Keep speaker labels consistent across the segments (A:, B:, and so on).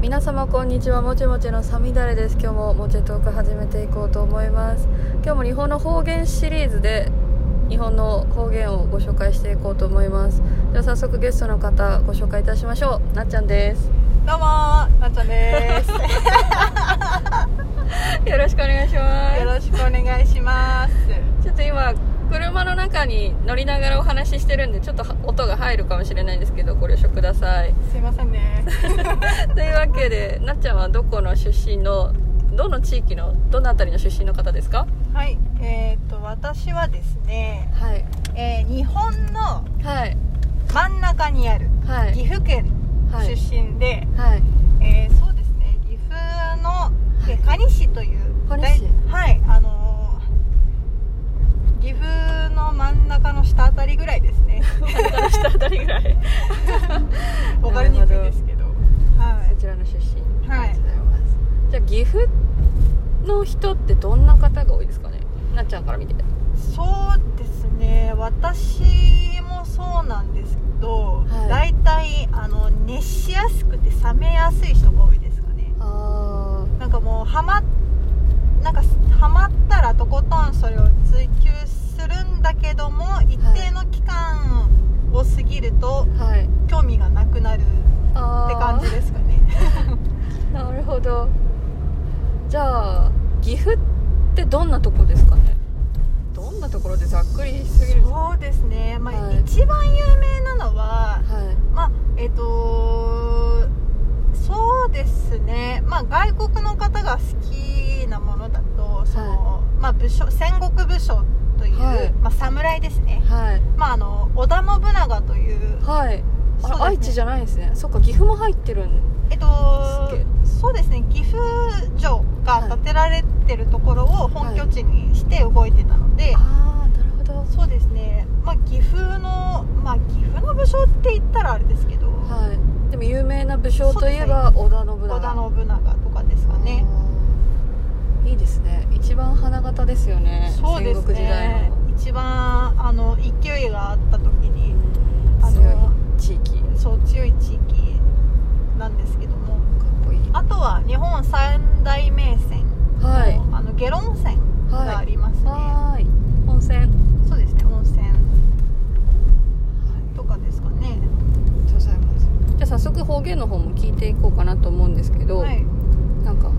A: 皆様こんにちはもちもちのさみだれです今日ももちトーク始めていこうと思います今日も日本の方言シリーズで日本の方言をご紹介していこうと思いますでは早速ゲストの方ご紹介いたしましょうなっちゃんです
B: どうもーなっちゃんですよ
A: よろしくお願いします
B: ろしくお願いします
A: ちょっと今車の中に乗りながらお話ししてるんでちょっと音が入るかもしれないんですけどご了承ください
B: すいませんね
A: というわけでなっちゃんはどこの出身のどの地域のどの辺りの出身の方ですか
B: はいえっ、ー、と私はですね、
A: はい
B: えー日本の
A: はい
B: 真ん中にある
A: はい
B: 岐阜県
A: は
B: 出
A: い
B: 身で、
A: はい
B: えーそうですね岐阜のえー蟹市という
A: 蟹市
B: 大はいあのー岐阜の真ん中の下あたりぐらいです ね
A: 下あたりぐらい
B: わかりにくいですけどは
A: こちらの出身
B: はい
A: ありがとうございますじゃあ岐阜の人ってどんな方が多いですかねなっちゃんから見てはい
B: そうですね私もそうなんですけど、
A: はい
B: 大体あの熱しやすくて冷めやすい人が多いですかね
A: あ
B: なんかもうハマなんかハマったらとことんそれを追求するんだけども一定の期間を過ぎると
A: はい
B: 興味がなくなるって
A: あー
B: 感じですかね
A: なるほどじゃあ岐阜ってどんなとこですかねどんなところでざっくりしすぎるんですか
B: そうですね、まあ
A: はい
B: 一番有名なのは
A: はい
B: まあえっ、とそうですね、まあ、外国の方が好きなものだとその、まあ、武将戦国武将という、
A: はい
B: まあ、侍ですね、
A: はい
B: まあ、あの織田信長という、
A: はいあ
B: そうです
A: れ
B: ね
A: 愛知じゃないんですねそっか岐阜も入ってるん
B: えっと
A: すげえ
B: そうですね岐阜城が建てられてるところを本拠地にして動いてたので、
A: ああなるほど
B: そうですね、まあ、岐阜の、まあ、岐阜の武将って言ったらあれですけど、
A: はいでも有名な武将といえば織田信長
B: 織田信長とかですかね。
A: あーいいですね一番花形ですよね
B: そうです
A: 戦国時代
B: ね
A: の
B: 一番あの勢いがあった時にあ
A: 強
B: の
A: い地域か
B: そう強い地域なんですけども
A: っこいい
B: あとは日本三大名泉の,、
A: はい
B: あの下呂温泉があ
A: はい
B: りますね、
A: はーい温泉
B: そうですね温泉とかですかね
A: ありがとうございますじゃあ早速方言の方も聞いていこうかなと思うんですけど、
B: はい
A: なんか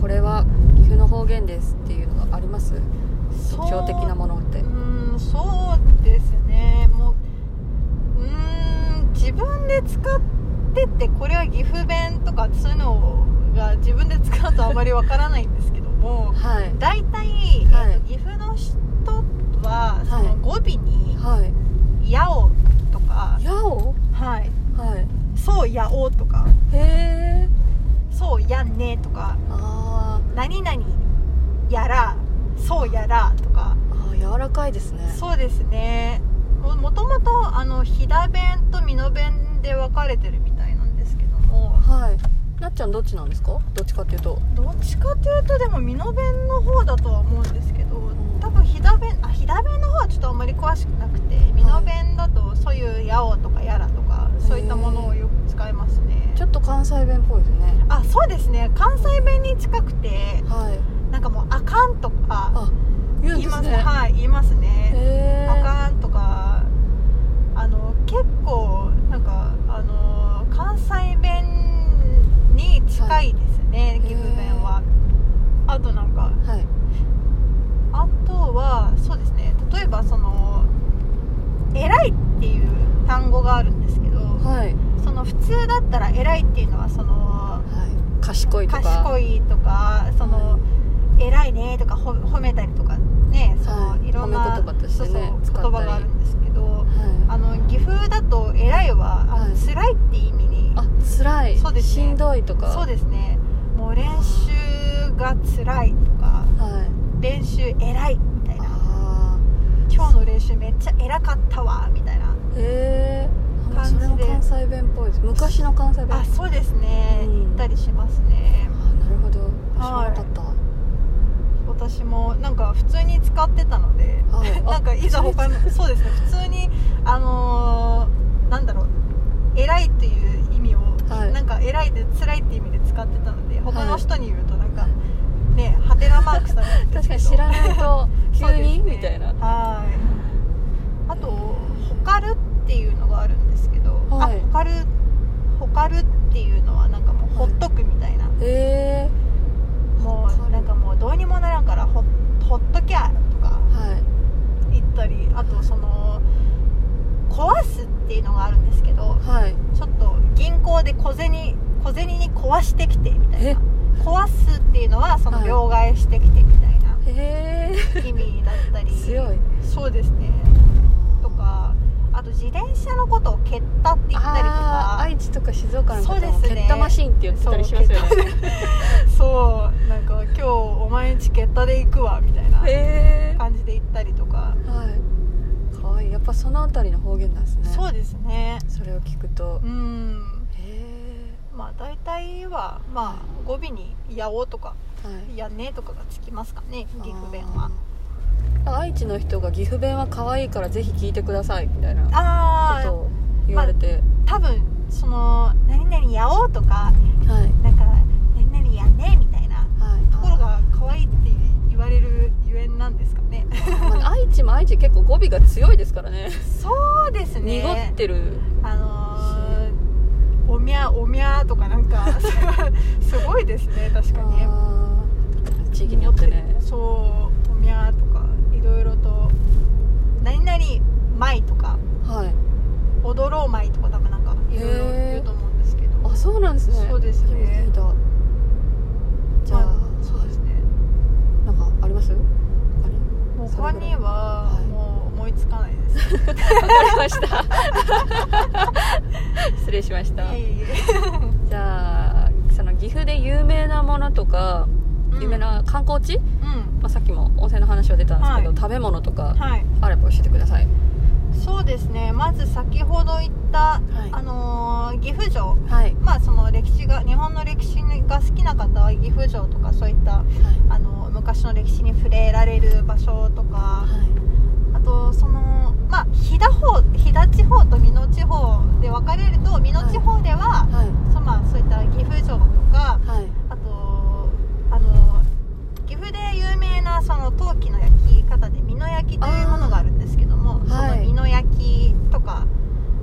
A: これは岐阜の方言ですっていうのがあります特徴的なものって
B: うーんそうですねもううーん自分で使ってってこれは岐阜弁とかそういうのが自分で使うとあまりわからないんですけど も
A: はい
B: 大体、
A: はい
B: えっと岐阜の人はそ
A: はい
B: の語尾に
A: はい
B: 「やお」とか
A: やお
B: 「はい、
A: はい
B: そうやお」とか
A: へえ
B: 「そうやんね」とか
A: あ
B: 「何々やら」「そうやら」とか
A: ーあー柔らかいですね
B: そうですねももともとあの飛騨弁と美濃弁で分かれてるみたいなんですけども
A: はいなっちゃんどっちなんですかどっちかっていうと
B: どっちかというとでも美濃弁の方だとは思うんですけど多分飛騨弁あ飛騨弁の方はちょっとあんまり詳しくなくて美濃弁だとそういう「やお」とか「やら」とかそういったものをよく使いますね
A: ちょっと関西弁っぽいですね
B: あそうですね関西弁に近くて
A: はい
B: なんかもう「あかん」とか
A: あ言うん
B: 言い
A: で
B: ますす
A: ね
B: はい言いますね
A: へ
B: あ
A: ー
B: かんとかあの結構なんかあの関西弁に近いですね、
A: はい
B: 岐阜弁はあとなんか
A: はい
B: あとはそうですね例えばその「偉い」っていう単語があるんですけど
A: はい
B: その普通だったら「偉い」っていうのはその
A: はい賢いとか
B: 賢
A: い
B: いとかその、偉いねとかほ褒めたりとかねその、
A: はい
B: い、ろんな
A: 褒め言葉としてね
B: そうそう
A: 使ったり
B: 言葉があるんですけど
A: はい
B: あの岐阜だと「偉いは」あ
A: は
B: の
A: い
B: 辛いって意味に
A: あ辛い
B: そうですね
A: しんどいとか
B: そうですねもう練習が辛いとか
A: はい
B: 練習偉いみたいな
A: あ
B: 今日の練習めっちゃ偉かったわみたいな
A: ーへえー、あそれも
B: 感じで
A: 関西弁っぽいです昔の関西弁
B: あそうですね、
A: うん
B: 言ったりしますね
A: あなるほど知ら
B: は
A: ないかった、
B: 私もなんか普通に使ってたので
A: はいあ
B: なんかいざ他のそうですね普通にあのーなんだろう偉いという意味を
A: はい
B: なんか偉いで辛いって意味で使ってたので他の人に言うとなんか、ねハテナマークされるんで
A: 確
B: す
A: かに知
B: けど
A: らないと
B: そ
A: 急
B: うです
A: に、
B: ね
A: みたいな
B: はいあと「ホカル」っていうのがあるんですけど、
A: はい
B: あホカルホカルっていうのはなんかもうほっとくみたいな、
A: えホ
B: も
A: カ
B: う
A: ル
B: なんかもうどうにもならんからほほっときゃとか
A: ー、はい
B: 言ったりあとその壊すっていうのがあるんですけど
A: はい
B: ちょっと銀行で小銭小銭に壊してきてみたい
A: え
B: な壊すっていうのはその
A: はい
B: 両替してきてみたいな
A: へえ
B: 意味だったり
A: 強い
B: そうですねとかあと自転車のことを蹴ったって言ったりと
A: あー
B: か
A: 愛知とか静岡のこと
B: そう
A: も
B: ですね
A: 蹴ったマシンって言ってたりしますよ
B: そう
A: ね
B: そうなんか今日お前んち蹴ったで行くわみたいな
A: へえ
B: 感じで行ったりとか
A: はいかわいいやっぱそのあたりの方言なんですね
B: そうですね
A: それを聞くと
B: うん
A: へえ
B: まあ大体はまあ語尾に「やお」とか
A: はい
B: 「やね」とかがつきますかね岐阜弁は
A: あー愛知の人が岐阜弁は可愛いからぜひ聞いてくださいみたいなこ
B: あ
A: と
B: あ
A: を言われて、
B: 多分その「何々やお」とか
A: はい
B: 「なんか何々やね」みたいな
A: はい
B: ところが可愛いって言われるゆえんなんですか ね
A: まあ愛知も愛知結構語尾が強いですからね
B: そうですね
A: 濁ってる
B: あのーおみゃおみゃとかなんか すごいですね確かに
A: あー地域によってね
B: そうおみゃとかいろいろと何々まいとか
A: はい
B: 踊ろうまいとか多分なんかいろいろ言うと思うんですけど
A: あそうなんですね
B: そうですね
A: 初めて聞いたじゃあ、
B: まそうですね
A: なんかあります他に
B: もう他に
A: そ
B: は
A: れぐらいはい
B: もう思いつかないです、
A: わかりました 失礼しました、
B: いえいえ
A: じゃあその岐阜で有名なものとか、
B: うん
A: 有名な観光地、
B: うん
A: まあ、さっきも温泉の話は出たんですけど、
B: はい
A: 食べ物とか
B: はい
A: あれば教えてください
B: そうですねまず先ほど言った、
A: はい
B: あのー岐阜城
A: はい
B: まあその歴史が日本の歴史が好きな方は岐阜城とかそういったあの昔の歴史に触れられる場所とか
A: は
B: あとそのまあ飛騨方飛騨地方と美濃地方で分かれると美濃地方では、
A: い
B: そまあそういった岐阜城とか
A: はいはい
B: あとあの岐阜で有名なその陶器の焼き方で美濃焼きというものがあるんですけども
A: あー
B: その
A: はい
B: 美濃焼きとか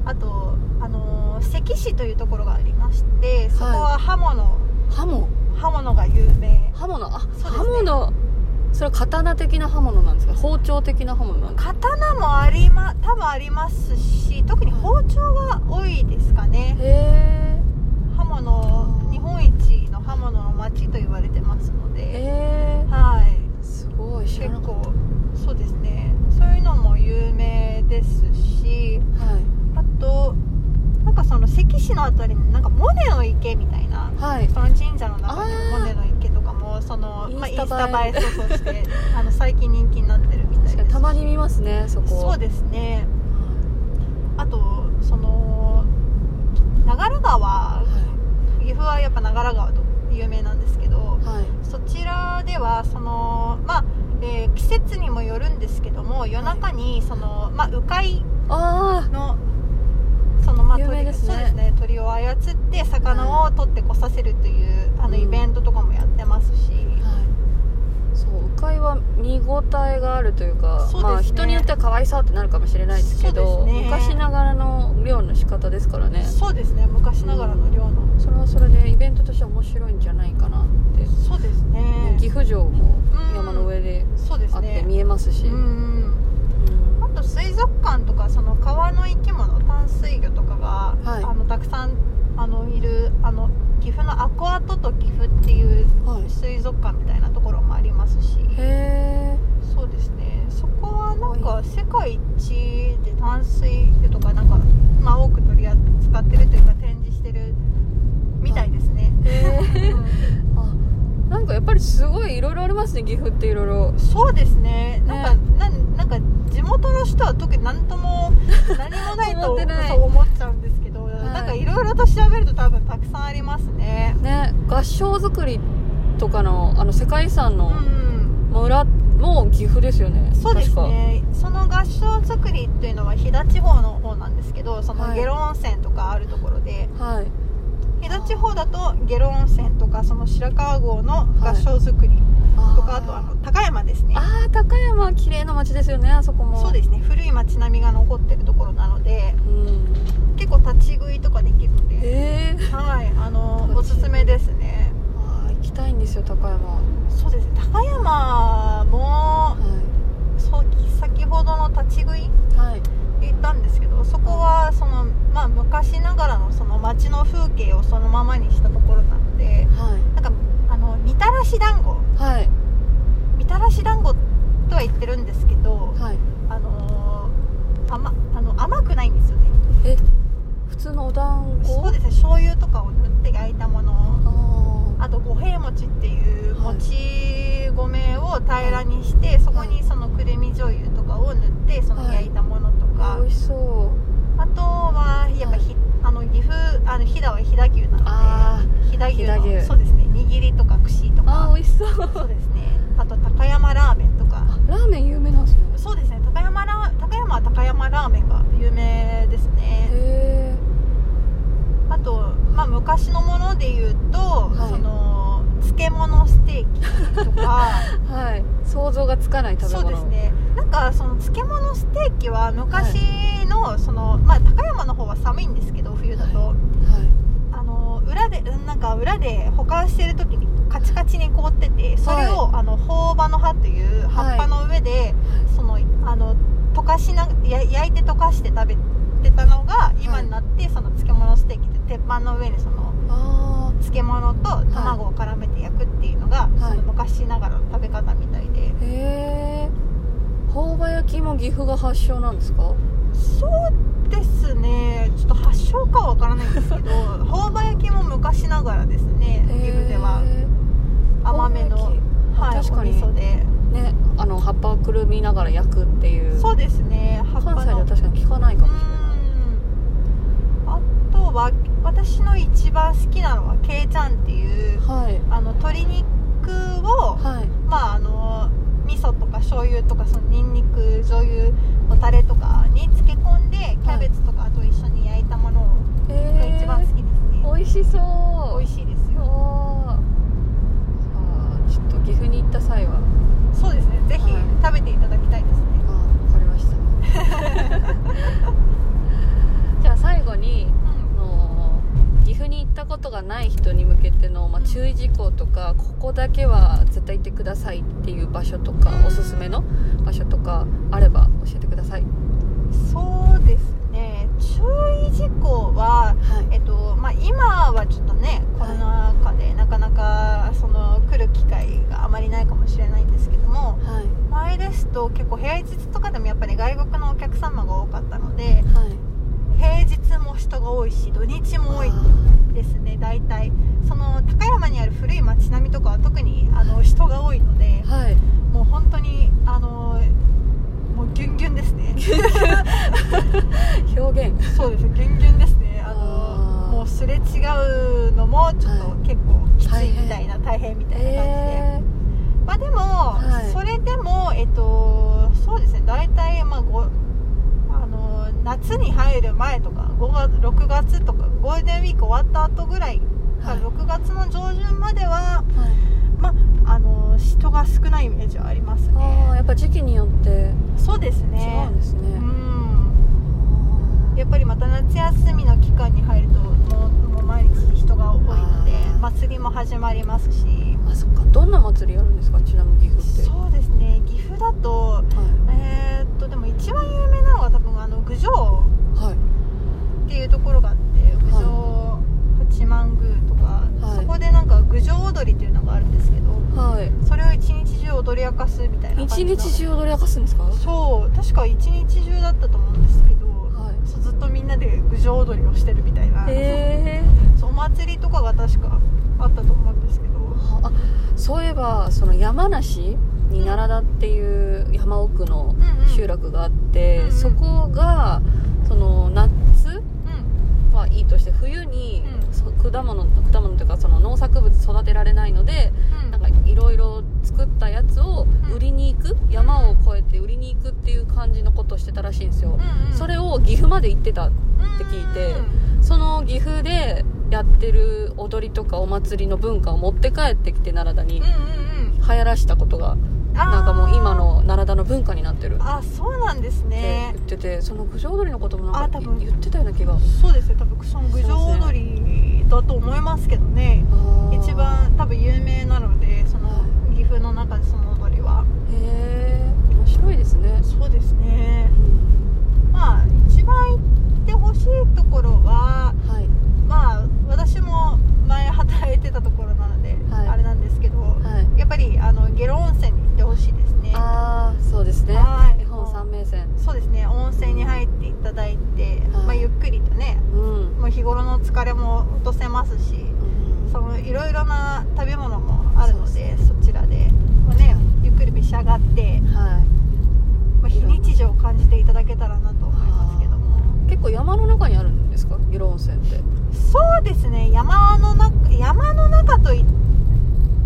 B: あとあの関市というところがありましてそこは刃物、
A: 刃物
B: 刃物が有名
A: 刃物あ、
B: すね
A: 刃物それは刀的な刃物なんですか包丁的な刃物なんですか
B: 刀もありま多分ありますし特に包丁が多いですかね
A: へえ
B: 刃物日本一の刃物の町と言われてますので
A: え
B: はい
A: ー、すごい知ら
B: 結
A: なかっ
B: 構そうですねそういうのも有名ですした
A: はい
B: あとなんかその関市のあたりになんかモネの池みたいな
A: はい
B: その神社の中に
A: あー
B: モネの池とかもそのまあ
A: イ
B: イ
A: ン
B: ン
A: ス
B: ス
A: タ
B: タ
A: 映え
B: 映えそうそうして あの最近人気になってるみたいです
A: 確かにたまに見ますねそこ
B: そうですねあとその長良川
A: は
B: 岐阜はやっぱ長良川と有名なんですけど
A: いはい
B: そちらではその、まあえー季節にもよるんですけども夜中にその、まあ、鵜飼い
A: あ
B: のその、まあ、
A: 有名
B: 鳥
A: ですね
B: そうですね鳥を操って魚を取ってこさせるという、あの
A: うん
B: イベントとかもやってますし、
A: あはいそう鵜飼いは見応えがあるというか
B: そうですね
A: まあ人によってはかわいそうってなるかもしれないですけ
B: そ
A: ど
B: うですね
A: 昔ながらの漁の仕方ですからね
B: そうですね昔ながらの漁の、
A: それはそれでイベントとしては面白いんじゃないかなって、
B: そうですね
A: 岐阜城も
B: うん
A: 山の上で
B: そうです
A: あって
B: ね
A: 見えますし、
B: うんうん
A: うん
B: あと水族館とかその川の生き物淡水魚とかが、
A: はい
B: あのたくさんあのいるあの岐阜のアクアトと岐阜っていう
A: はい
B: 水族館みたいなところもありますし
A: へ
B: そうですねそこはなんか世界一で淡水魚とかなんか、まあ、多く取り扱ってるというか展示してるみたいですね、
A: えへえ
B: うん
A: あなんかやっぱりすごいいろいろありますね岐阜っていろいろ
B: そうですねなんかなんなんか地元の人は特に何と も何もない
A: 思
B: と
A: ってない
B: そう思っちゃうんですけど、
A: い
B: なんかいろいろと調べると多分たくさんありますね
A: ね合掌造りとかのあの世界遺産
B: う
A: の
B: ん
A: 村も岐阜ですよね
B: そうです
A: 確か
B: ねその合掌造りっていうのは飛騨地方の方なんですけどそ
A: は
B: の
A: い
B: 下呂温泉とかあるところで、
A: はい
B: 飛騨地方だと下呂温泉とかその白川郷の合掌造りとか、あとあの高山ですね
A: あー高山綺麗な街ですよねあそこも
B: そうですね古い街並みが残ってるところなので
A: うん、
B: 結構立ち食いとかできるので、
A: えー、
B: はいあの
A: 立ち食い
B: おすすめですね
A: あー行きたいんですよ高山は
B: そうですね高山もそう先ほどの立ち食い
A: い、はい、
B: で行ったんですけどそこはその、まあ、昔ながらのその街の風景をそのままにしたところなので
A: はい
B: なんかあのみたらし団子
A: はい
B: みたらし団子とは言ってるんですけど
A: はい
B: あのー甘あの甘くないんですよね
A: 普通のお団子
B: そうですね醤油とかを塗って焼いたもの
A: あー
B: あと五平餅っていう
A: はい
B: 餅米を平らにして、そこにそのくるみ醤油とかを塗ってその焼いたものとか、
A: あ美味しそう
B: あとはやっぱひ、あの岐阜あの飛騨は飛騨牛な
A: あ
B: ので飛騨牛の
A: 飛騨牛
B: そうですね握りとか串と
A: あ
B: か
A: ー美味しそう
B: そうですねあと高山ラーメンとか
A: あラーメン有名なんです ね
B: そうですね高山ラー高山は高山ラーメンが有名ですね
A: へ
B: あと、まあ、昔のもので言うと、
A: い
B: その漬物ステーキとか
A: えはい想像がつかない食べ
B: そ
A: 物
B: うですねなんかその漬物ステーキは昔の,、そのまあ、高山の方は寒いんですけど冬だと、
A: はい
B: あの裏でうんなんか裏で保管してる時にカチカチに凍っててそれを、あの朴葉の葉という葉っぱの上で、そのあの溶かしなや焼いて溶かして食べてたのが今になって、その漬物ステーキって鉄板の上にその
A: あ
B: 漬物と卵を絡めて焼くっていうのが、
A: い
B: その昔ながらの食べ方みたいで、
A: ーへえ朴葉焼きも岐阜が発祥なんですか
B: そうですねちょっと発祥かはわからないんですけど 朴葉焼きも昔ながらですね
A: へー
B: 岐阜では甘め
A: 朴葉
B: の
A: 焼。
B: はい、
A: 確かに
B: お味噌で
A: きねあの葉っぱをくるみながら焼くっていう
B: そうですね葉っぱ
A: 関
B: の
A: 西では確かに聞かないかもしれない
B: うんあとは私の一番好きなのはけいちゃんっていう
A: はい
B: あの鶏肉を、
A: はい
B: まああの味噌とか醤油とかそのニンニク醤油のタレとかに漬け込んでキャベツとかと一緒に焼いたものが
A: え
B: 一番好きですね、
A: 美味しそう
B: 美味しいですよ
A: あーさあちょっと岐阜に行った際は
B: そうですねぜひ
A: はい
B: 食べていただきたいですね
A: あーわかりました じゃあ最後にあの岐阜に行ったことがない人に向けての、まあ、
B: うん
A: 注意事項とかここだけは絶対行ってくださいっていう場所とか
B: うん
A: おすすめの場所とかあれば教えてください
B: そうですね注意事項は
A: はい
B: えっとまあ、今はちょっとねコロナ禍でなかなかその来る機会があまりないかもしれないんですけども
A: はい
B: 前ですと結構平日とかでもやっぱり外国のお客様が多かったので
A: はい
B: 平日も人が多いし土日も多いですね大体その高山にある古い町並みとかは特にあの人が多いので
A: はい
B: もう本当にあのもうギュンギュンです ね
A: 表現
B: そうですギュンギュンですねあ
A: あー
B: のもうすれ違うのもちょっと結構きついみたいな、大変みたいな感じで、
A: え
B: まあでも、
A: はい
B: それでもえっとそうですね大体まあごあの夏に入る前とか5月6月とかゴールデンウィーク終わった後ぐらい
A: ー
B: か
A: は
B: ら
A: い
B: 6月の上旬までは、
A: はい
B: あの人が少ないイメージはあります
A: ああ
B: ね
A: やっぱ時期によって
B: そうです
A: 違う
B: ね
A: んですね
B: うん
A: あー
B: やっぱりまた夏休みの期間に入るともうもう毎日人が多いので
A: あー
B: 祭りも始まりますし
A: あそっかどんな祭りやるんですかちなみに岐阜って
B: そうですね岐阜だと
A: は
B: えーっとでも一番有名なのは多分あの郡上
A: いはい
B: っていうところがあって郡上八幡宮とか、
A: はい
B: そこでなんか郡上踊りっていうのがあるんですけど
A: はい
B: それを一日中踊り明かすみたいな感
A: 一
B: じの
A: 日中踊り明かすんですかは
B: そう確か一日中だったと思うんですけど、
A: い
B: そうずっとみんなで郡上踊りをしてるみたいな、
A: へえ
B: そうお祭りとかが確かあったと思うんですけど
A: あそういえばその山梨に奈良田っていう山奥の
B: うんうん
A: 集落があって、
B: うんうん
A: そこがその夏
B: うん
A: はいいとして冬に、
B: うん
A: そ果物果物というかその農作物育てられないので
B: うん
A: なんかいろいろ作ったやつを売りに行く、山を越えて売りに行くっていう感じのことをしてたらしいんですよ、
B: うんうん
A: それを岐阜まで行ってた
B: って
A: 聞いてその岐阜でやってる踊りとかお祭りの文化を持って帰ってきて奈良田に
B: うん
A: 流
B: うん
A: 行らしたことが
B: うん
A: なんかもう今
B: の
A: の奈良田の文化になってるって
B: あそうなんです
A: 言
B: ね
A: っててその郡上踊りのこともなんか
B: あ多分
A: 言ってたような気が
B: そうですね多分その郡上踊りだと思いますけどね一番多分有名なのでその
A: は
B: 岐阜の中でその踊りは
A: へえ面白いですね
B: そうですね
A: うん
B: まあ一番行ってほしいところは
A: はい
B: まあ私も前働いてたところなので、
A: はい
B: あれなんですけど、
A: はい
B: やっぱりあの下呂温泉に行ってほしいですね
A: ああそうですね
B: はい
A: 日本三名線
B: そうですね温泉に入っていただいて、
A: はい
B: まあ、ゆっくりとね
A: うん
B: もう日頃の疲れも落とせますし
A: うん
B: そのいろいろな食べ物もあるの
A: そう
B: で
A: で
B: そちらで、まあね、ゆっくり召し上がって、
A: は
B: まあ、非日常を感じていただけたらなと思いますけども
A: い結構山の中にあるんですか湯呂温泉って
B: そうですね山の中山の中とい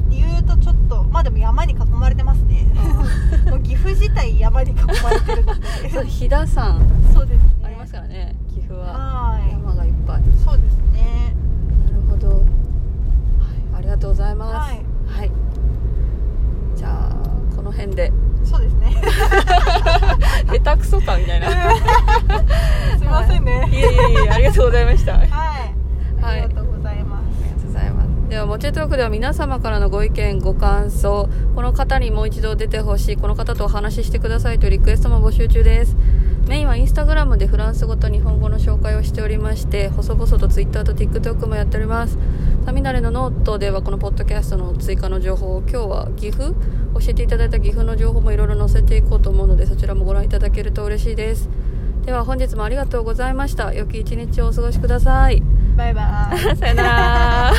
B: 言うとちょっとまあでも山に囲まれてますね もう岐阜自体山に囲まれてるので
A: そう飛騨山
B: そうですね
A: ありますからね岐阜は
B: は
A: 山がいっぱい
B: いそうですね
A: なるほど、はい、ありがとうございます
B: はい、
A: はいじゃあこの辺で
B: そうですね
A: 下手くそかみ たいな
B: すいませんね
A: いえいえいえありがとうございましたあり
B: はい、
A: はい
B: ありがとうございま
A: が
B: す
A: とうございますではモチェトークでは皆様からのご意見ご感想この方にもう一度出てほしいこの方とお話ししてくださいというリクエストも募集中ですメインはインスタグラムでフランス語と日本語の紹介をしておりまして細々とツイッターと TikTok もやっておりますサミナレのノートではこのポッドキャストの追加の情報を今日は岐阜教えていただいた岐阜の情報もいろいろ載せていこうと思うのでそちらもご覧いただけると嬉しいですでは本日もありがとうござい ました良き一日をお過ごしください
B: バイバイ
A: さよなら